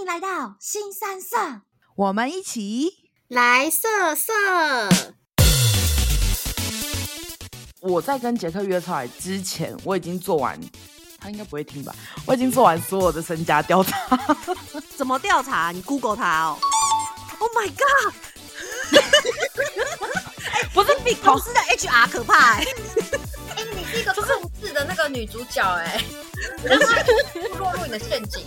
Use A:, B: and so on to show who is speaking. A: 迎来到新三色，
B: 我们一起。
C: 来色色，
A: 哎
D: 我在跟杰克约出来之前，我已经做完，他应该不会听吧？我已经做完所有的身家调查，
E: 怎么调查？你 Google 他哦。Oh my god！
D: 哎
B: 不是
E: 比公司的 HR 可怕哎、
C: 哎、你是一个控制的那个女主角哎、欸，让她落入你的陷阱。